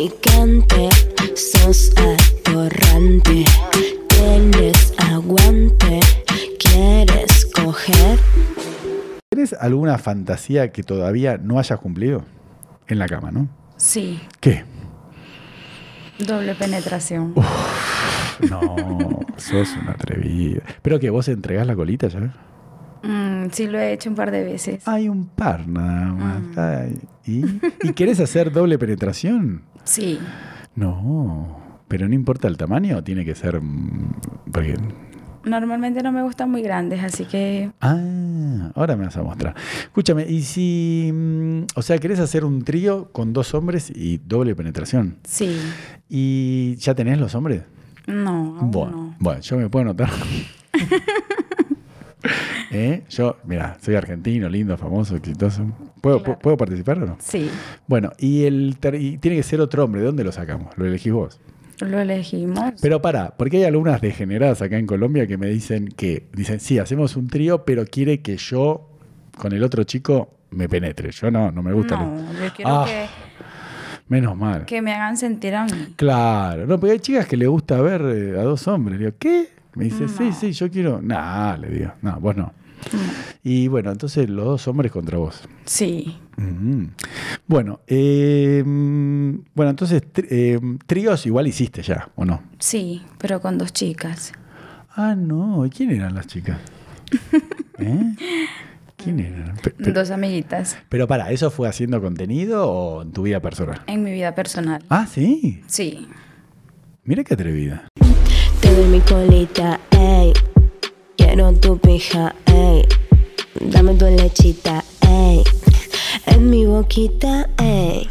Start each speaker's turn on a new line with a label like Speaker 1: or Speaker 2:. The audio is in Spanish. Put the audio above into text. Speaker 1: atorrante, sos atorrante. Tienes aguante, quieres coger.
Speaker 2: ¿Tienes alguna fantasía que todavía no hayas cumplido? En la cama, ¿no?
Speaker 3: Sí,
Speaker 2: ¿Qué?
Speaker 3: doble penetración.
Speaker 2: No, sos una atrevida. Pero que vos entregás la colita ya.
Speaker 3: Mm, sí, lo he hecho un par de veces.
Speaker 2: Hay un par nada más.
Speaker 3: Mm.
Speaker 2: Ay, ¿Y? ¿Y querés hacer doble penetración?
Speaker 3: Sí,
Speaker 2: No. Pero no importa el tamaño, tiene que ser. mm, Porque.
Speaker 3: normalmente no me gustan muy grandes, así que
Speaker 2: Ah, ahora me vas a mostrar. Escúchame, y si. mm, O sea, querés hacer un trío con dos hombres y doble penetración.
Speaker 3: sí.
Speaker 2: ¿Y ya tenés los hombres?
Speaker 3: Ah, No, aún
Speaker 2: Bueno, bueno, yo me puedo anotar. ¿Eh? Yo, mira, soy argentino, lindo, famoso, exitoso. ¿Puedo,
Speaker 3: Claro.
Speaker 2: ¿puedo participar o no?
Speaker 3: no. Sí,
Speaker 2: Bueno, y, el ter- y tiene que ser otro hombre. ¿De dónde lo sacamos? Lo elegís vos.
Speaker 3: lo elegimos.
Speaker 2: Pero pará, porque hay algunas degeneradas acá en Colombia que me dicen que, dicen, sí, hacemos un trío, pero quiere que yo con el otro chico me penetre. Yo no, no me gusta.
Speaker 3: no, yo quiero
Speaker 2: Ah.
Speaker 3: que,
Speaker 2: Menos mal.
Speaker 3: que me hagan sentir a mí.
Speaker 2: Claro, no, porque hay chicas que le gusta ver eh, a dos hombres. Le digo, ¿qué? Me dice, sí,
Speaker 3: No.
Speaker 2: sí, yo quiero. Nah, le digo, no, vos no.
Speaker 3: Mm.
Speaker 2: Y bueno, entonces los dos hombres contra vos.
Speaker 3: Sí,
Speaker 2: Ujú. Bueno, eh, mm, bueno, entonces tri- eh, tríos igual hiciste ya, ¿o no?
Speaker 3: sí, pero con dos chicas.
Speaker 2: Ah, no, ¿y quién eran las chicas? ¿Eh? ¿Quién eran? Pe- pe-
Speaker 3: Dos amiguitas
Speaker 2: pero para, ¿eso fue haciendo contenido o en tu vida personal?
Speaker 3: en mi vida personal.
Speaker 2: Ah, sí,
Speaker 3: Sí,
Speaker 2: mira qué atrevida.
Speaker 1: Te doy mi colita, ey. Quiero tu pija, ey. Dame tu lechita, ey. En mi boquita, ey.